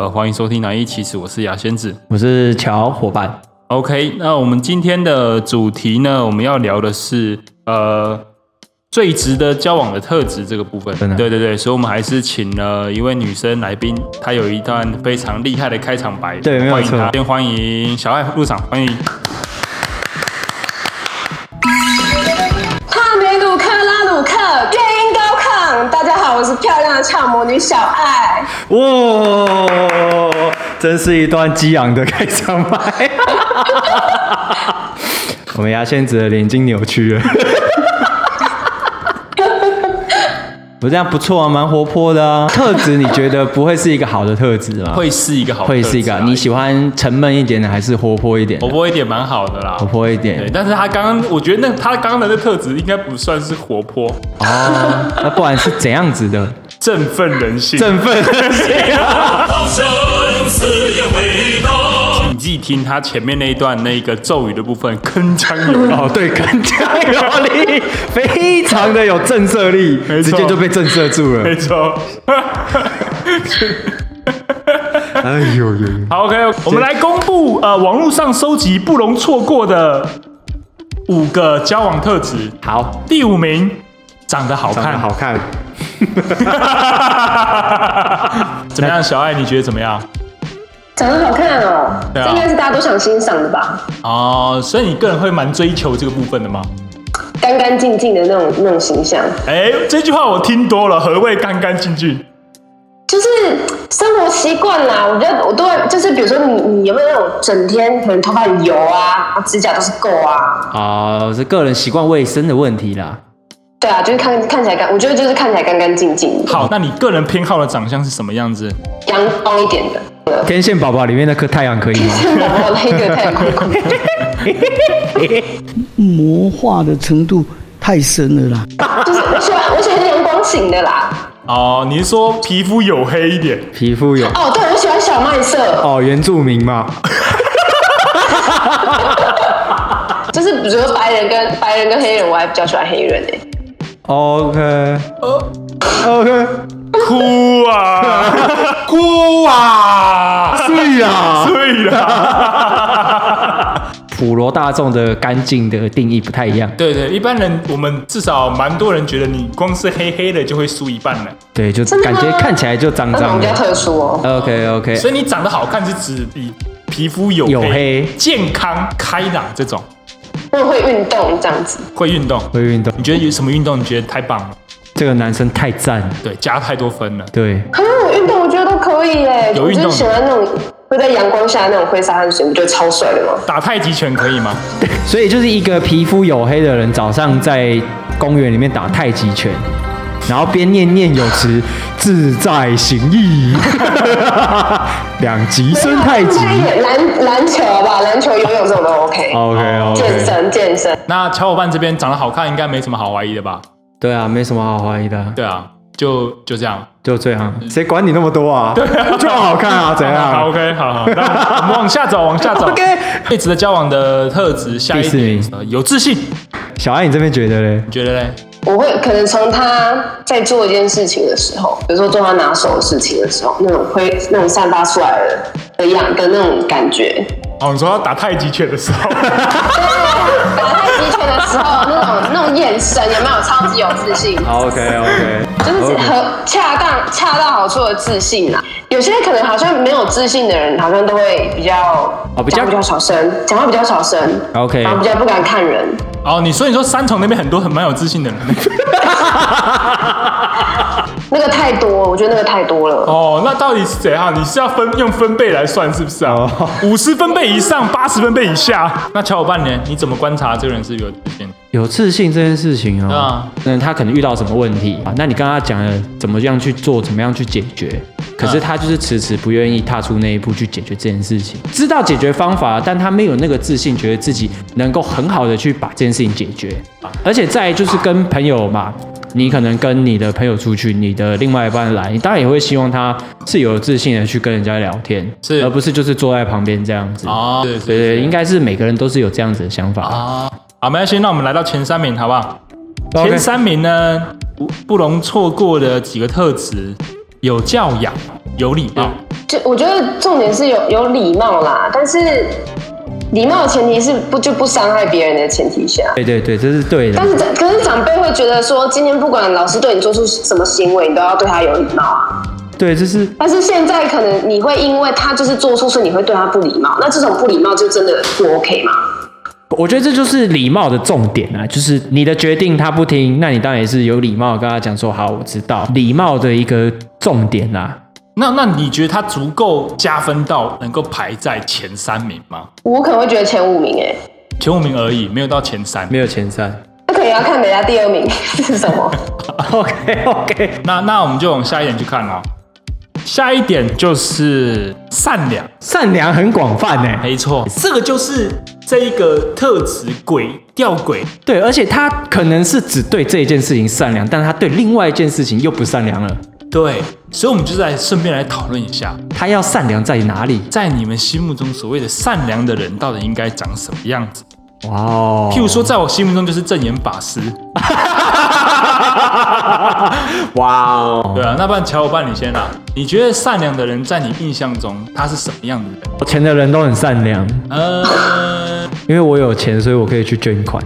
呃，欢迎收听《南一起始》，我是牙仙子。我是乔伙伴， OK，那我们今天的主题呢，我们要聊的是呃最值得交往的特质这个部分。真的对对对，所以我们还是请了一位女生来宾，她有一段非常厉害的开场白。对没有欢迎错她先欢迎小爱入场，欢迎。哈梅鲁克拉鲁克乐音高亢，大家好，我是漂亮的俏魔女小爱。哇，真是一段激昂的开场白。 我们牙仙子的脸已经扭曲了。我这样不错啊，蛮活泼的啊。特质你觉得不会是一个好的特质吗？会是一个好特质啊，会是一个你喜欢沉闷一点的，还是活泼一点的活？泼一点蛮好的啦。活泼一对，点但是她刚刚，我觉得那她刚刚的那特质应该不算是活泼，哦，那不然是怎样子的？振奋人心。振奋。好生死也回荡。你自己听她前面那一段那个咒语的部分，铿锵有力。哦，对，铿锵有力，非常的有震慑力没，错直接就被震慑住了没。错。哎呦呦，呦好，OK，我们来公布呃网络上收集不容错过的五个交往特质。好，第五名，长得好长得看。好看， 怎么样，小爱？你觉得怎么样？长得好看哦，对啊这应该是大家都想欣赏的吧？哦、所以你个人会蛮追求这个部分的吗？干干净净的那种那种形象，哎，这句话我听多了，何谓干干净净？就是生活习惯啦。我觉得我都会，就是比如说你你有没有那种整天可能头发很油啊，指甲都是垢啊？哦，是个人习惯卫生的问题啦。对啊，就是看看起来干，我觉得就是看起来干干净净的，好，那你个人偏好的长相是什么样子？阳光一点 的。天线宝宝里面那颗太阳可以吗？天宝宝那个太酷酷了，魔化的程度太深了啦。就是我喜欢我喜欢阳光型的啦。哦、你是说皮肤黝黑一点？皮肤有哦，对，我喜欢小麦色。哦，原住民嘛，就是比如说白人跟白人跟黑人，我还比较喜欢黑人诶、欸哦 OK，OK，哦哭 啊，哭啊！对啊，对啦。普罗大众的干净的定义不太一样， 对对，一般人我们至少蛮多人觉得你光是黑黑的就会输一半了，对，就真的感吗觉看起来就脏那种脏比较的。特殊哦。 OK OK，所以你长得好看是指你皮肤黝黝黑健康、开朗这种，我会运动这样子，会运动。会运动，你觉得有什么运动？你觉得太棒了？这个男生太赞了，对，加太多分了。对，可是我运动我觉得都可以耶、有我运动就是喜欢那种会在阳光下那种挥洒汗水，不觉得超帅的吗？打太极拳可以吗？所以就是一个皮肤黝黑的人，早上在公园里面打太极拳，然后边念念有词“自在行意”， 两极生太极。篮篮球好不好？篮球、游泳这种都 OK。哦 OK 健 OK，身健身，那小伙伴这边长得好看，应该没什么好怀疑的吧？对啊，没什么好怀疑的啊，对啊，就就这样。就这样，谁管你那么多啊？对 就好看啊，怎 好样？ ，OK，好好，那我们往下走，往下走。 OK 最值得交往的特质，下一第四点名，呃有自信，你小爱，你这边觉得嘞？觉得嘞？我会可能从他在做一件事情的时候，比如说做他拿手的事情的时候，那种会那种散发出来的的样的那种感觉，哦，你说要打太极拳的时候，打太极拳的时候那种那种眼神有没有超级有自信？ OK OK，就是和恰当恰到好处的自信啦。有些可能好像没有自信的人，好像都会比较哦比较讲话比较小声，讲话比较小声 OK 然后比较不敢看人。 哦，你说你说三重那边很多很蛮有自信 的人那个太多，我觉得那个太多了。哦，那到底是怎样？你是要分用分贝来算是不是啊？哦五十分贝以上，八十分贝以下。那乔伙伴呢？你怎么观察这个人是不是有自信？有自信这件事情对哦啊，那他可能遇到什么问题啊？那你刚刚讲了怎么样去做，怎么样去解决？可是他就是迟迟不愿意踏出那一步去解决这件事情，知道解决方法，但他没有那个自信，觉得自己能够很好的去把这件事情解决。啊而且再来就是跟朋友嘛，你可能跟你的朋友出去，你的另外一半来，你当然也会希望他是有自信的去跟人家聊天，是而不是就是坐在旁边这样子。哦，对对对，应该是每个人都是有这样子的想法。啊。好，没关系，那我们来到前三名好不好？ OK 前三名呢，嗯不不容错过的几个特质：有教养、有礼貌、就我觉得重点是有有礼貌啦，但是礼貌的前提是不就不伤害别人的前提下。对对对，这是对的但。是长可是长辈会觉得说，今天不管老师对你做出什么行为，你都要对他有礼貌啊。对，这是但是现在可能你会因为他就是做出事，你会对他不礼貌，那这种不礼貌就真的不 OK 吗？我觉得这就是礼貌的重点啊，就是你的决定他不听，那你当然也是有礼貌地跟他讲说好，我知道礼貌的一个重点啊。那那你觉得他足够加分到能够排在前三名吗？我可能会觉得前五名哎、欸，前五名而已，没有到前三。没有前三。那可能要看人家第二名是什么。 OK OK，那那我们就往下一点去看哦。下一点就是善良，善良很广泛欸呢、没错，这个就是这一个特质鬼吊诡。对，而且他可能是只对这一件事情善良，但他对另外一件事情又不善良了。对，所以我们就来顺便来讨论一下，他要善良在哪里？在你们心目中所谓的善良的人到底应该长什么样子？哇哦，譬 如说，在我心目中就是正言法师，哇哦，对啊。那不然小伙伴你先啦，你觉得善良的人在你印象中他是什么样的人？有钱的人都很善良，呃， 因为我有钱，所以我可以去捐款。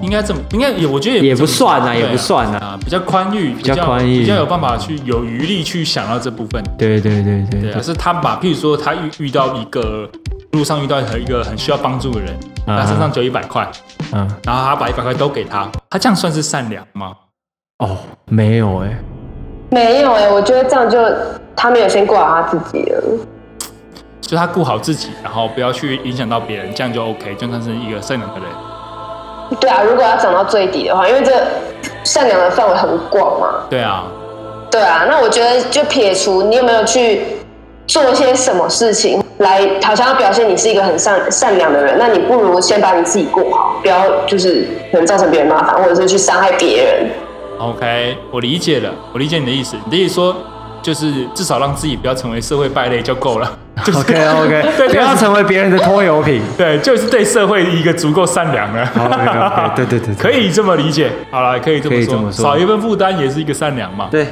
应该这么，应该也我觉得也不算啊对也不算啊啊，比较宽裕，比较宽裕比较有办法去有余力去想到这部分。对对对对对对啊，是他把，譬如说他遇遇到一个路上遇到一个很需要帮助的人，啊他身上只有一百块，嗯，然后他把一百块都给他，他这样算是善良吗？哦，没有哎、没有哎、我觉得这样就他没有先过好他自己了。就他顾好自己，然后不要去影响到别人，这样就 OK，就算是一个善良的人。对啊，如果要讲到最底的话，因为这善良的范围很广嘛。对啊，对啊，那我觉得就撇除你有没有去做些什么事情来，好像要表现你是一个很善善良的人，那你不如先把你自己过好，不要就是可能造成别人麻烦，或者是去伤害别人。 OK，我理解了，我理解你的意思。你的意思说，就是至少让自己不要成为社会败类就够 了。就是 OK 对 OK，不对要成为别人的拖油瓶。对，就是对社会一个足够善良了。 OK OK，对对对，对 可以这么理解，好了，可以这么可以说，这么说少一份负担也是一个善良嘛。对，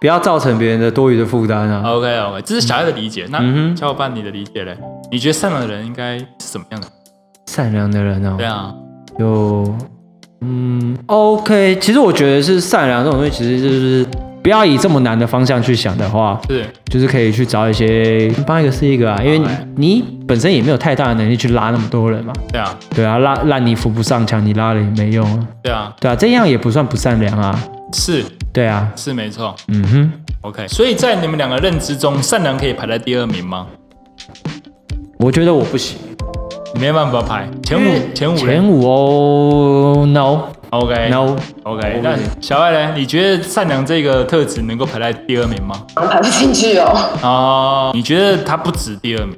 不要造成别人的多余的负担啊。 OK OK，这是小爱的理解。那嗯哼小伙伴，你的理解嘞？你觉得善良的人应该是什么样的？善良的人哦对，啊，就嗯 OK，其实我觉得是善良这种东西，其实就是不要以这么难的方向去想的话，是就是可以去找一些帮一个是一个啊，因为你好哎你本身也没有太大的能力去拉那么多人嘛。对啊，对啊，拉烂泥扶不上墙，你拉了也没用啊。对啊，对啊，这样也不算不善良啊。是对啊，是没错。嗯哼， OK，所以在你们两个认知中，善良可以排在第二名吗？我觉得我不行，你没办法排前五，前五嗯前人。五哦，no OK no， OK，那小爱嘞，你觉得善良这个特质能够排在第二名吗？然后排不进去哦，哦，你觉得他不止第二名？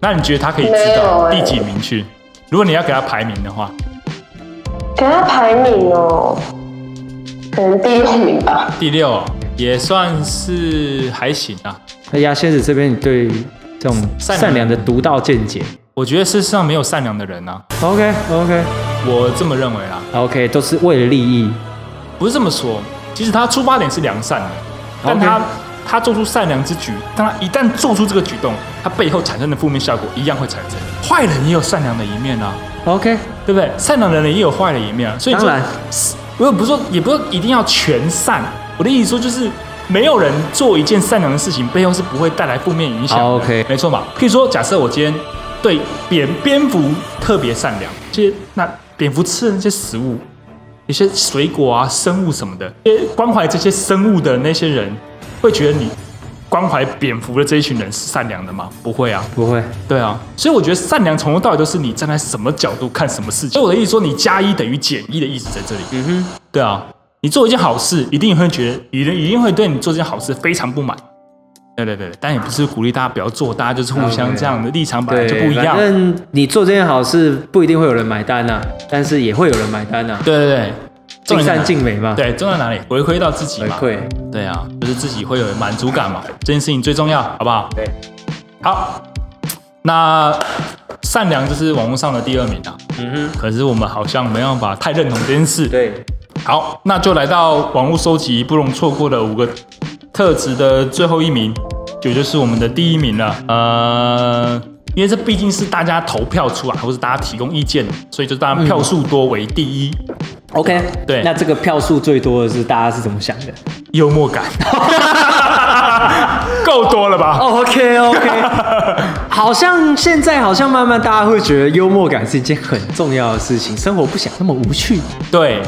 那你觉得他可以知道没第有欸几名去？如果你要给他排名的话，给他排名哦，可能第六名吧。第六哦也算是还行啊。那牙仙子这边，你对这种善善良的独到见解我觉得世上没有善良的人啊， ？OK OK 我这么认为啊， OK，都是为了利益。不是这么说。其实他出发点是良善的，但他 OK 他做出善良之举，但他一旦做出这个举动，他背后产生的负面效果一样会产生。坏人也有善良的一面啊， OK，对不对？善良的人也有坏的一面啊，所以当然是，我也不是说，也不是说一定要全善。啊我的意思说，就是没有人做一件善良的事情，背后是不会带来负面影响的。好，OK 没错嘛。譬如说，假设我今天对蝙蝙蝠特别善良，就是那蝙蝠吃的那些食物，一些水果啊、生物什么的，因为关怀这些生物的那些人，会觉得你关怀蝙蝠的这一群人是善良的吗？不会啊。不会。对啊，所以我觉得善良从头到尾都是你站在什么角度看什么事情。所以我的意思说，你加一等于减一的意思在这里。嗯哼，对啊，你做一件好事，一定会觉得，一定一定会对你做这件好事非常不满。对对对，对但也不是鼓励大家不要做，大家就是互相 OK 这样的立场本来对，就不一样反。正你做这件好事，不一定会有人买单呐、但是也会有人买单呐、对对对，重尽点在善哪尽美嘛。，对，重在哪里？回馈到自己回嘛。馈。对啊，就是自己会有满足感嘛，这件事情最重要，好不好？对。好，那善良就是网络上的第二名啊。嗯哼，可是我们好像没办法太认同这件事。对。好，那就来到网络收集不容错过的五个特质的最后一名，九就是我们的第一名了。呃，因为这毕竟是大家投票出来，或是大家提供意见，所以就嗯当然票数多为第一， OK，对那这个票数最多的是大家是怎么想的幽默感， 够多了吧？？OK OK，好像现在好像慢慢大家会觉得幽默感是一件很重要的事情，生活不想那么无趣。对，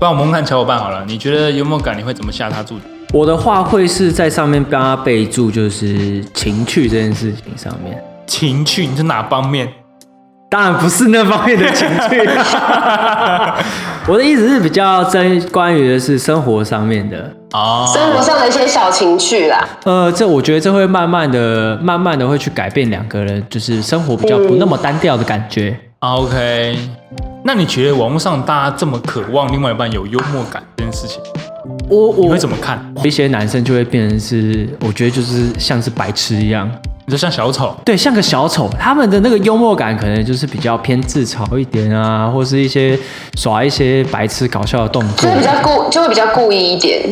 不然我们看小伙伴好了，你觉得幽默感你会怎么下他注解？我的话会是在上面帮他备注，就是情趣这件事情上面。情趣你是哪方面？ 当然不是那方面的情 趣。我的意思是比较针关于的是生活上面的，哦，生活上的一些小情趣啦，呃，这我觉得这会慢慢的、慢慢的会去改变两个人，就是生活比较不那么单调的感觉。 OK，那你觉得网络上大家这么渴望另外一半有幽默感这件事情，我我你会怎么看？一些男生就会变成是，我觉得就是像是白痴一样，你说像小丑，对，像个小丑。他们的那个幽默感可能就是比较偏自嘲一点啊，或是一些耍一些白痴搞笑的动就作会。比较故，就会比较故意一点。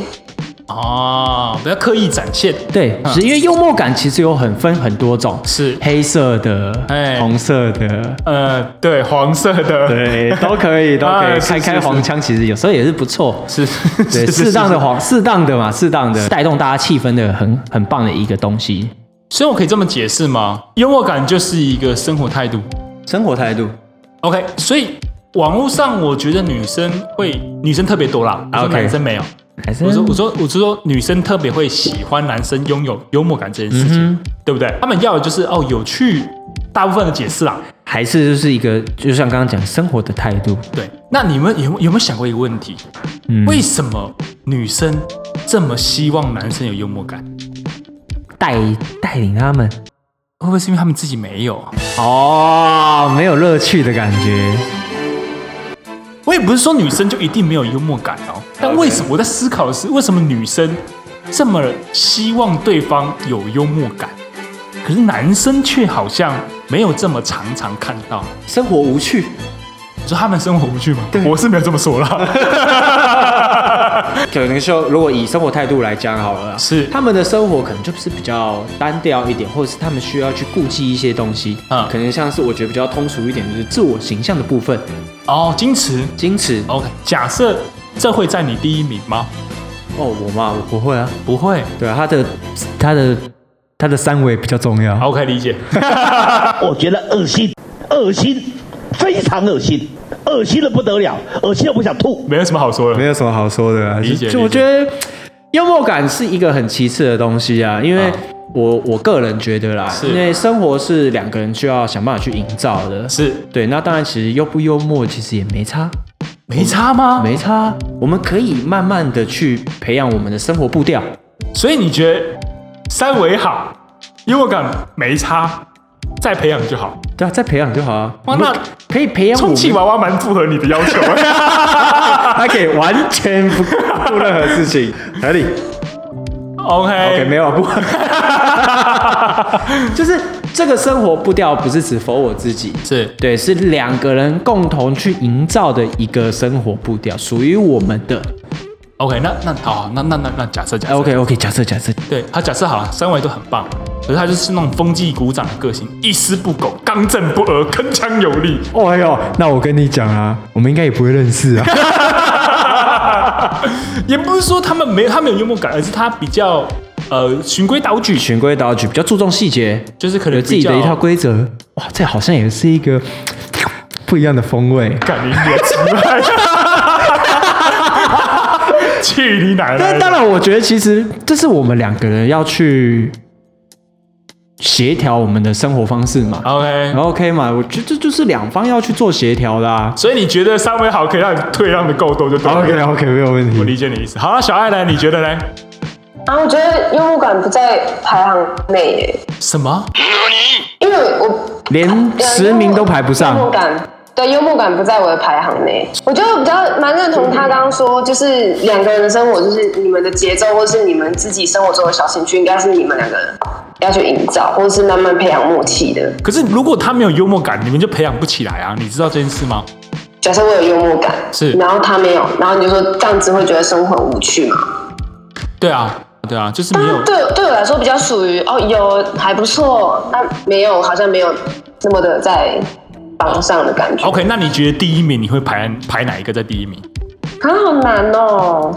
哦，不要刻意展现。对，嗯是因为幽默感其实有很分很多种，是黑色的哎、红色的，呃，对，黄色的，对，都可以，都可哎 以。是开是开是黄腔其实有时候也是不错。是，对，是适当的。是是黄，适当的嘛，适当的带动大家气氛的很很棒的一个东西。所以我可以这么解释吗？幽默感就是一个生活态度。生活态度 OK，所以网络上我觉得女生会，女生特别多啦，我说 OK 嗯男生没有。还是我说，我说，我是说，女生特别会喜欢男生拥有幽默感这件事情，嗯对不对？他们要的就是哦，有趣。大部分的解释啦，还是就是一个，就像刚刚讲生活的态度。对。那你们有有没有想过一个问题？嗯，为什么女生这么希望男生有幽默感？带带领他们会不会是因为他们自己没有啊？哦，没有乐趣的感觉。我也不是说女生就一定没有幽默感哦，但为什么我在思考的是，为什么女生这么希望对方有幽默感，可是男生却好像没有这么常常看到？生活无趣，你说他们生活无趣吗？我是没有这么说 啦。可能说如果以生活态度来讲好了，是他们的生活可能就是比较单调一点，或者是他们需要去顾忌一些东西，嗯可能像是我觉得比较通俗一点，就是自我形象的部分，哦，矜持。矜持。 OK，假设这会在你第一名吗？哦，我嘛，我不会啊。不会。对啊，他的他的他的三维比较重要。 OK，理解。 我觉得恶心，恶心，非常恶心，恶心的不得了，恶心的我想吐。没有什么好说的。 没有什么好说的、啊， 理解就我理解觉得幽默感是一个很其次的东西啊，因为啊我、我个人觉得啦，是因为生活是两个人需要想办法去营造的。是对，那当然，其实幽不幽默其实也没差，没差吗？没差。我们可以慢慢的去培养我们的生活步调。所以你觉得三维好，幽默感没差，再培养就好。对啊，再培养就好啊。哇我们那可以培养我充们气 娃娃蛮符合你的要求。他可以完全不做任何事 情，合哎理。 OK， OK，没有不， 就是这个生活步调不是只否我自己， 是对，是两个人共同去营造的一个生活步调，属于我们的。 OK，那那好，那那那那假设假哎设 OK OK，假设假设，对他假设好了，三维都很棒，可是他就是那种风纪鼓掌的个性，一丝不苟，刚正不阿，铿锵有力。 哦哟，那我跟你讲啊，我们应该也不会认识 啊。也不是说他们没有他们有幽默感，而是他比较呃循规蹈矩，循规蹈矩，比较注重细节，就是可能有自己的比较一套规则。哇，这好像也是一个不一样的风味。感你也出来。 去你奶奶但的！当然，我觉得其实这是我们两个人要去协调我们的生活方式嘛。 OK， OK 嘛，我觉得这就是两方要去做协调的啊。所以你觉得三维好可以让你退让的够多就对了。 OK，没有问我。理解你的意思。好，小爱呢？你觉得呢？然后我觉得幽默感不在排行内耶，什么？因为我连呃嗯十名都排不幽上，默感，对，幽默感不在我的排行内。我觉得我比较蛮认同他刚刚说，就是两个人的生活，就是你们的节奏，或是你们自己生活中的小情趣，应该是你们两个人要去营造，或是慢慢培养默契的。可是如果他没有幽默感，你们就培养不起来啊！你知道这件事吗？假设我有幽默感，是然后他没有，然后你就说这样子会觉得生活很无趣嘛？对啊，对啊，就是没当有然，对对我来说比较属于哦，有还不错，但没有好像没有那么的在榜上的感觉。 OK，那你觉得第一名你会排排哪一个在第一名？啊，好难哦，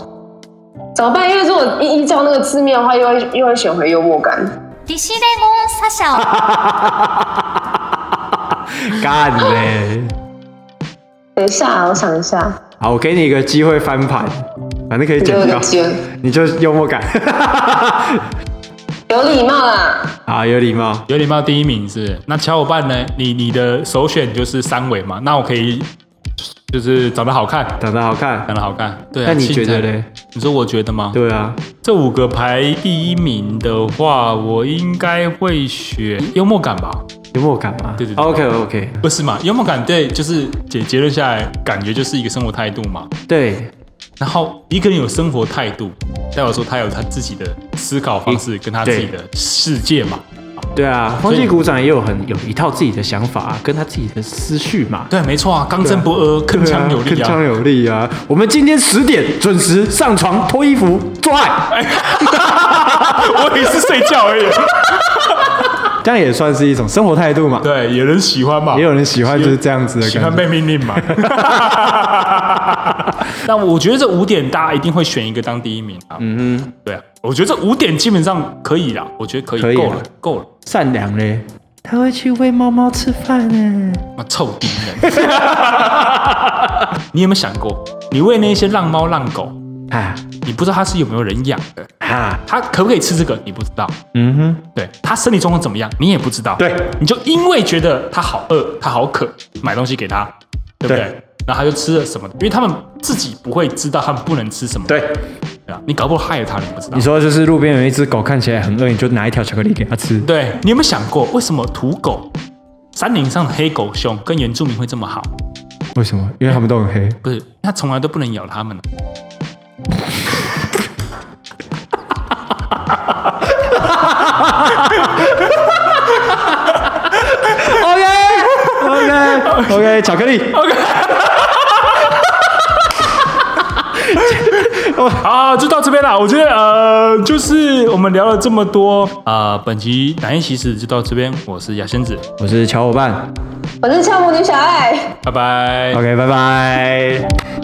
怎么办？因为如果依依照那个字面的话，又会又会选回幽默感。利シレゴンサシャを干嘞！等一下啊，我想一下，好，我给你一个机会翻盘，反正可以剪有掉个，机会，你就幽默感 有礼貌啦。啊，有礼貌。有礼貌第一名是不是那小伙伴呢？你你的首选就是三维嘛？那我可以就是长得好看，长得好看，长得好看。对啊，那你青觉得菜嘞？你说我觉得吗？对啊，这五个排第一名的话，我应该会选幽默感吧？幽默感嘛。对对对 OK OK，不是嘛？幽默感对，就是结结论下来，感觉就是一个生活态度嘛。对，然后一个人有生活态度，代表说他有他自己的思考方式，跟他自己的世界嘛。对啊，风以纪股长也有很有一套自己的想法、啊，跟他自己的思绪嘛。对，没错啊，刚正不阿，铿对锵有力铿啊锵。有力啊！我们今天十点准时上床脱衣服做爱，哎啊我也是睡觉 而已。这样也算是一种生活态度嘛。对，有人喜欢嘛，也有人喜欢就是这样子的感喜觉欢被命令 嘛。那我觉得这五点大家一定会选一个当第一名啊。嗯哼，对啊，我觉得这五点基本上可以啦，我觉得可以，可以啊够了，够了。善良嘞，他会去喂猫猫吃饭呢。妈臭敌人！ 你有没有想过，你喂那些浪猫浪狗，啊你不知道它是有没有人养的，哈，它可不可以吃这个，你不知道。嗯哼，对他身体状况怎么样，你也不知道。对你就因为觉得他好饿，他好渴，买东西给他，对不对？对然后他就吃了什么的，因为他们自己不会知道他们不能吃什么。对，对啊，你搞不好害了他，你不知道你。说就是路边有一只狗看起来很饿，你就拿一条巧克力给它吃。对你有没有想过，为什么土狗、山顶上的黑狗熊跟原住民会这么好？为什么？因为他们都很黑。不是，它从来都不能咬他们。啊 OK OK OK，巧克力。OK。啊，就到这边啦。我觉得呃，就是我们聊了这么多啊、呃本集难易其实就到这边。我是雅仙子，我是小伙伴。我是俏母女小爱。拜拜。 OK，拜拜。